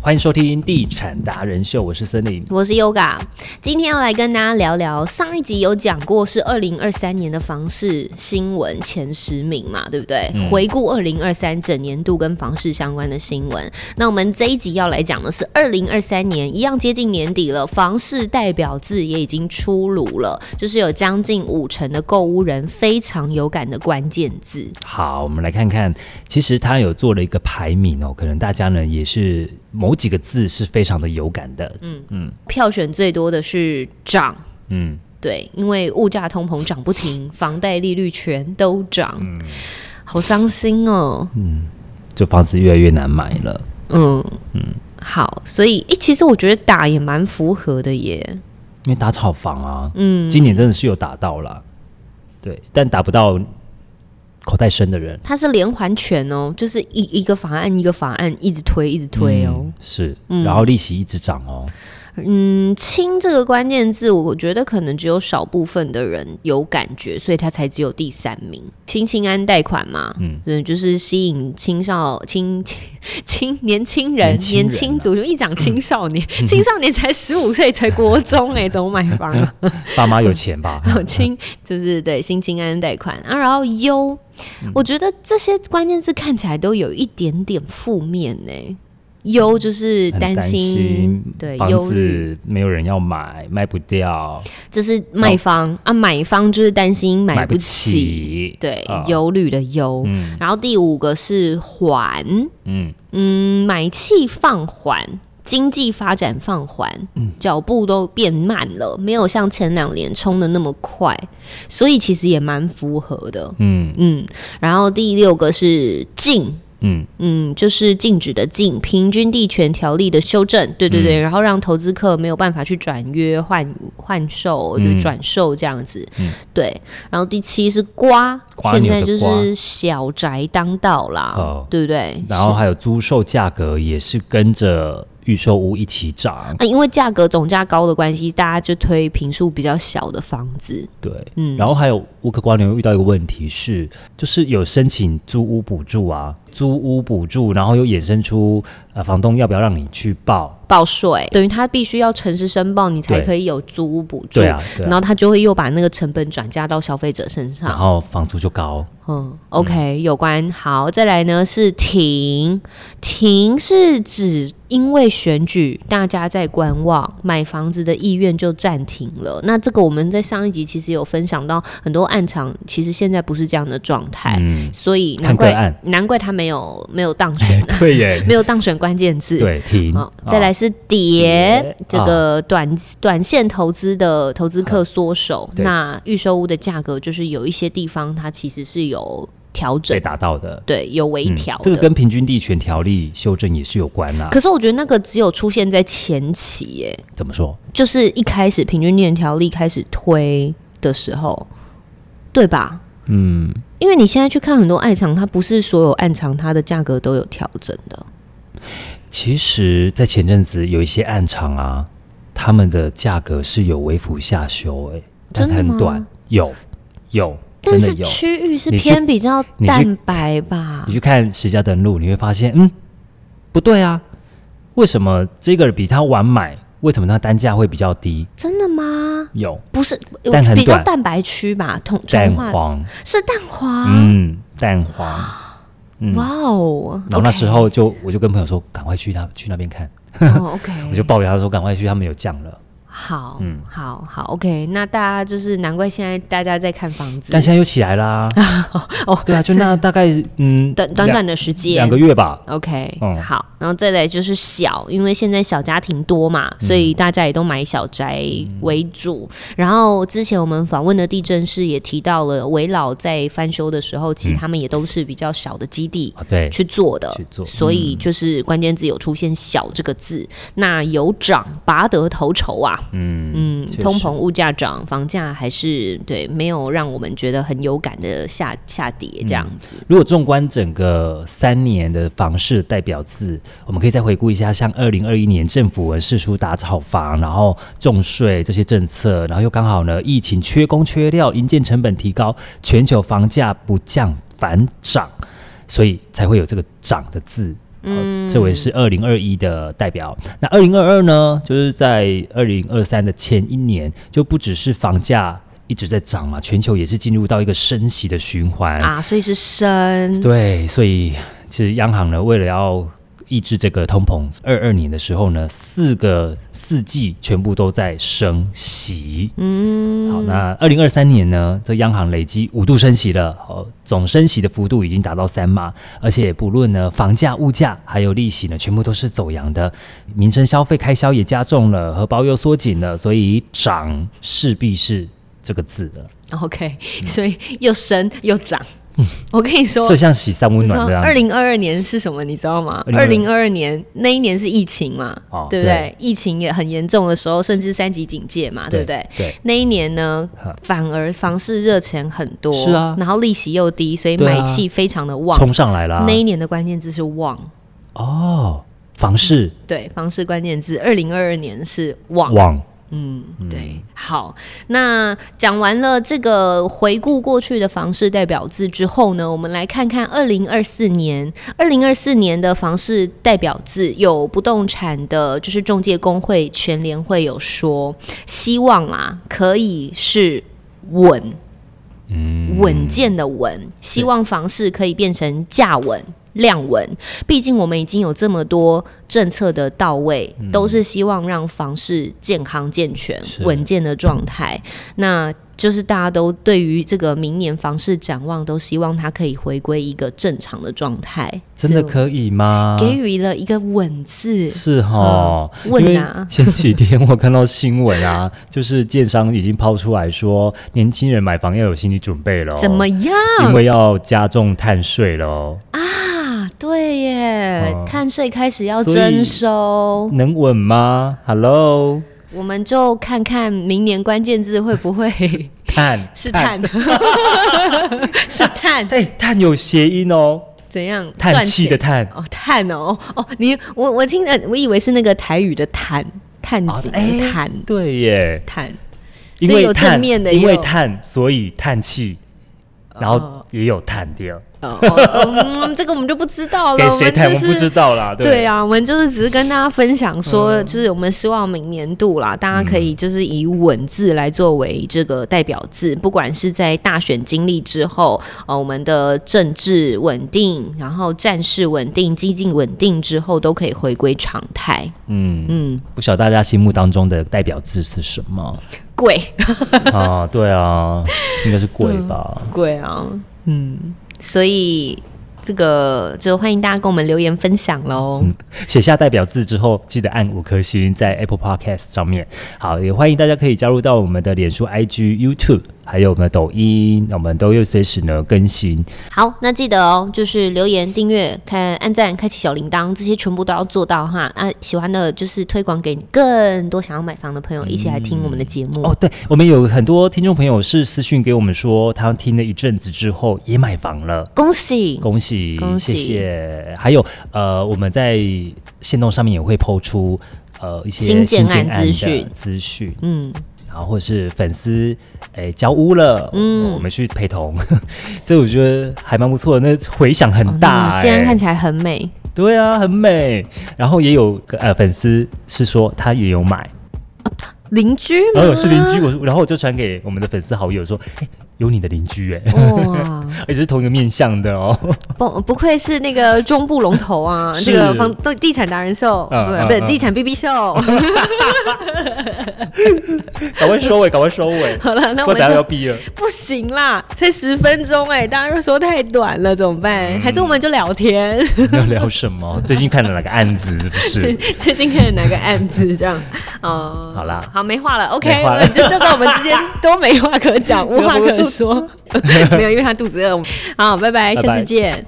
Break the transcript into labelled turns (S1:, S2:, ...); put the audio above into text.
S1: 欢迎收听《地产达人秀》，我是森林。
S2: 我是 Yoga，今天要来跟大家聊聊上一集有讲过是二零二三年的房市新闻前十名嘛，对不对？回顾二零二三整年度跟房市相关的新闻。那我们这一集要来讲的是二零二三年，一样接近年底了，房市代表字也已经出炉了，就是有将近五成的购屋人非常有感的关键字。
S1: 好，我们来看看，其实他有做了一个排名哦，可能大家呢也是某几个字是非常的有感的。嗯嗯
S2: 票选最多的是涨，
S1: 嗯，
S2: 对，因为物价通膨涨不停，房贷利率全都涨，好伤心哦。
S1: 就房子越来越难买了。
S2: 嗯好，所以诶、其实我觉得打也蛮符合的耶。
S1: 因为打炒房啊，嗯，今年真的是有打到啦，对，但打不到口袋深的人，
S2: 它是连环拳哦，就是一一个法案一个法案一直推一直推哦。
S1: 嗯是，然后利息一直涨哦，
S2: 嗯，轻这个关键字，我觉得可能只有少部分的人有感觉，所以它才只有第三名。新青安贷款嘛，
S1: 嗯
S2: 嗯，就是吸引青少青 青青年轻人、
S1: 年轻人啊嗯
S2: 族，就一讲青少年，青少年才十五岁，才国中哎、怎么买房 啊？
S1: 爸妈有钱 吧？
S2: 有青就是对新青安贷款啊，然后优，
S1: 嗯
S2: 我觉得这些关键字看起来都有一点点负面呢、忧就是
S1: 很
S2: 担
S1: 心
S2: 对
S1: 房
S2: 忧虑，
S1: 子没有人要买，卖不掉，
S2: 这是卖方、啊，买方就是担心买
S1: 哦不
S2: 不起，
S1: 起，
S2: 对
S1: 啊，
S2: 忧虑、的忧。
S1: 嗯
S2: 然后第五个是缓，
S1: 嗯，
S2: 嗯，买气放缓。经济发展放缓，
S1: 嗯
S2: 脚步都变慢了，没有像前两年冲的那么快，所以其实也蛮符合的。
S1: 嗯
S2: 嗯，然后第六个是禁，
S1: 嗯
S2: 嗯，就是禁止的禁，平均地权条例的修正，对对对，
S1: 嗯
S2: 然后让投资客没有办法去转约换换售，就
S1: 嗯
S2: 转售这样子，
S1: 嗯
S2: 对。然后第七是瓜，
S1: 瓜
S2: 现
S1: 牛的
S2: 在就
S1: 瓜
S2: 是小宅当道啦，
S1: 哦
S2: 对不对？
S1: 然后
S2: 是。
S1: 还有租售价格也是跟着预售屋一起涨，
S2: 啊，因为价格总价高的关系，大家就推平数比较小的房子。
S1: 对，
S2: 嗯，
S1: 然后还有乌克瓜牛遇到一个问题是，就是有申请租屋补助啊，租屋补助，然后又衍生出呃房东要不要让你去报？
S2: 报税等于他必须要诚实申报，你才
S1: 对
S2: 可以有租屋补助。
S1: 对啊，对
S2: 然
S1: 啊，
S2: 后他就会又把那个成本转嫁到消费者身
S1: 然
S2: 上。
S1: 后房租就高，
S2: 嗯，OK，有关好，再来呢是停，停是指因为选举大家在观望，买房子的意愿就暂停了。那这个我们在上一集其实有分享到，很多暗场其实现在不是这样的状态，
S1: 嗯，
S2: 所以
S1: 看
S2: 难
S1: 个
S2: 怪
S1: 案，，
S2: 难怪他没有没有当选、啊
S1: 对耶，
S2: 没有当选关键字。
S1: 对，停啊
S2: 哦，，再来是
S1: 跌
S2: 跌，这
S1: 啊嗯
S2: 个短、短线投资的投资客缩手，
S1: 对
S2: 那预售屋的价格就是有一些地方它其实是有调整
S1: 被，达到的。
S2: 对，有微
S1: 嗯
S2: 调的。
S1: 这个跟平均地权条例修正也是有关啦、
S2: 可是我觉得那个只有出现在前期，耶，
S1: 怎么说？
S2: 就是一开始平均地权条例开始推的时候，对吧？
S1: 嗯，
S2: 因为你现在去看很多暗场，它不是所有暗场它的价格都有调整的。
S1: 其实，在前阵子有一些暗场啊，他们的价格是有微幅下修、欸，哎，但
S2: 真的
S1: 很
S2: 吗
S1: 短，有有，真
S2: 但
S1: 的
S2: 是
S1: 有。
S2: 区域是
S1: 你去
S2: 偏比较
S1: 你去
S2: 蛋白吧
S1: 你？去看十家登录，你会发现，嗯，不对啊，为什么这个比它晚买，为什么它单价会比较低？
S2: 真的吗？
S1: 有
S2: 不是
S1: 但很
S2: 比较
S1: 短
S2: 蛋白区吧，同
S1: 蛋
S2: 同化
S1: 黄，
S2: 是蛋黄，
S1: 嗯，蛋黄。嗯
S2: 哇哦！
S1: 然后那时候就我就跟朋友说，赶快去那去那边看，
S2: o k
S1: 我就抱怨他说，赶快去，他们有降了。
S2: 哦好，
S1: 嗯
S2: 好好 OK，那大家就是难怪现在大家在看房子，
S1: 但现在又起来啦。
S2: 哦，
S1: 对啊，就那大概嗯，
S2: 短短短的时间，
S1: 两两个月吧。
S2: OK，、
S1: 嗯
S2: 好，然后再来就是小，因为现在小家庭多嘛，
S1: 嗯
S2: 所以大家也都买小宅为主。然后之前我们访问的地震师也提到了，围老在翻修的时候，其
S1: 嗯
S2: 实他们也都是比较小的基地。
S1: 啊，对，
S2: 去做的，
S1: 去做嗯
S2: 所以就是关键字有出现“小”这个字，那有涨，拔得头筹啊。
S1: 嗯，
S2: 嗯
S1: 确，实
S2: 通膨、物价涨，房价还是对没有让我们觉得很有感的下下跌这样子。
S1: 如果纵观整个三年的房市代表字，我们可以再回顾一下，像二零二一年政府文释出打炒房，然后重税这些政策，然后又刚好呢疫情缺工缺料，营建成本提高，全球房价不降反涨，所以才会有这个“涨”的字。嗯，这为是二零二一的代表。那二零二二呢，就是在二零二三的前一年，就不只是房价一直在涨嘛，全球也是进入到一个升息的循环。
S2: 啊，所以是升，
S1: 对，所以其实央行呢，为了要抑制这个通膨，二二年的时候呢，四个四季全部都在升息。嗯，好，那二零二三年呢，这央行累积五度升息了，哦，总升息的幅度已经达到三码，而且不论呢房价、物价还有利息呢，全部都是走阳的，民生消费开销也加重了，荷包又缩紧了，所以涨势必是这个字的，
S2: OK，所以又升又涨。我跟你
S1: 嗯
S2: 说
S1: 所以，像喜三温
S2: 你知
S1: 暖啊
S2: 道
S1: 这样。
S2: 二零二二年是什么？你知道吗？二零
S1: 2022
S2: 二二年那一年是疫情嘛，
S1: 哦
S2: 对不对？疫情也很严重的时候，甚至三级警戒嘛，对不对？
S1: 对，
S2: 那一年呢
S1: 哈，
S2: 反而房市热钱很多，
S1: 是啊
S2: 然后利息又低，所以
S1: 对啊
S2: 买气非常的旺。
S1: 冲上来了啊。
S2: 那一年的关键字是旺，
S1: 哦，房市
S2: 对，房市关键字。二零二二年是旺，
S1: 网
S2: 嗯，对，好，那讲完了这个回顾过去的房市代表字之后呢，我们来看看二零二四年，二零二四年的房市代表字有不动产的，就是中介工会全联会有说，希望啊可以是稳，嗯，稳健的稳，希望房市可以变成价稳。量稳，毕竟我们已经有这么多政策的到位，都是希望让房市健康健全、
S1: 嗯是
S2: 稳健的状态。那就是大家都对于这个明年房市展望，都希望它可以回归一个正常的状态。
S1: 真的
S2: 所以
S1: 可以吗？
S2: 给予了一个稳字，
S1: 是哦哈、
S2: 嗯
S1: 因
S2: 问
S1: 为
S2: 啊
S1: 前几天我看到新闻啊， 就是建商已经抛出来说，年轻人买房要有心理准备了，哦
S2: 怎么样
S1: 因为要加重碳税了，
S2: 啊？对耶，
S1: 哦
S2: 碳税开始要
S1: 所以
S2: 征收，
S1: 能稳吗？Hello，
S2: 我们就看看明年关键字会 不会
S1: 碳
S2: 是，碳， 是碳，
S1: 哎、碳有谐音哦，
S2: 怎样？
S1: 叹
S2: 赚
S1: 气的
S2: 钱
S1: 碳。
S2: 哦，碳哦，哦，你我我听的，我以为是那个台语的碳，碳
S1: 啊
S2: 子的
S1: 哎
S2: 碳
S1: 对耶，
S2: 碳，
S1: 因
S2: 所以
S1: 为
S2: 哦有
S1: 碳
S2: 正面的，也
S1: 因为
S2: 有
S1: 碳，所以叹气，然后也有碳掉。
S2: 哦哦嗯，这个我们就不知道了，
S1: 给谁
S2: 我
S1: 谈我们
S2: 们
S1: 不
S2: 就
S1: 知
S2: 是。
S1: 道啦，对
S2: 对，啊，我们就是只是跟大家分享说，就是我们希望明年度啦，大家可以就是以稳字来作为这个代表字，不管是在大选经历之后，呃，我们的政治稳定，然后战事稳定、激进稳定之后，都可以回归常态。
S1: 嗯，
S2: 嗯，
S1: 不晓得大家心目当中的代表字是什么
S2: 贵
S1: 啊？对啊，应该是贵吧？
S2: 贵啊，嗯，所以这个就欢迎大家跟我们留言分享喽。
S1: 写下代表字之后，记得按五颗星在 Apple Podcast 上面。好，也欢迎大家可以加入到我们的脸书、IG、YouTube，还有我们的抖音，我们都有随时呢更新。
S2: 好，那记得哦，就是留言、订阅、看、按赞、开启小铃铛，这些全部都要做到哈。那喜欢的就是推广给更多想要买房的朋友，一起来听我们的节目。
S1: 哦，对，我们有很多听众朋友是私讯给我们说，他听了一阵子之后也买房了。
S2: 恭喜！
S1: 恭喜，
S2: 恭喜
S1: 谢谢。还有呃，我们在线动上面也会抛出呃一些
S2: 新建
S1: 建案
S2: 案资
S1: 的
S2: 讯
S1: 资讯。
S2: 嗯，
S1: 然后或者是粉丝诶交屋了，嗯，我们去陪同， 这我觉得还蛮不错的，那回响
S2: 哦
S1: 很大、
S2: 既然
S1: 诶
S2: 看起来很美，
S1: 对啊，很美。然后也有呃粉丝是说他也有
S2: 嗯
S1: 买，
S2: 邻居吗
S1: 然后哦是邻居，我说然后我就传给我们的粉丝好友说，哎，有你的邻居哎、诶
S2: 哇，
S1: 而且是同一个面向的哦，
S2: 不不愧是那个中部龙头啊，
S1: 是
S2: 这个房地地产达人秀，
S1: 嗯
S2: 不
S1: 嗯
S2: 对，
S1: 嗯
S2: 地产 B B 秀。
S1: 赶快收尾，赶快收尾，
S2: 好了，那
S1: 不然
S2: 我
S1: 等
S2: 们
S1: 下要
S2: 就
S1: 毕业了。
S2: 不行啦，才十分钟哎、大家都说太短了，怎么
S1: 嗯
S2: 办？还是我们就聊天？
S1: 要聊什么？最近看了哪个案子？是不是？
S2: 最 近看了哪个案子这样？哦，
S1: 好啦
S2: 好没话了，OK，
S1: 没话了
S2: 我就就在我们之间都没 话可讲，无话可说，没有，因为他肚子饿。好，拜拜，
S1: 拜
S2: 下
S1: 拜
S2: 次见。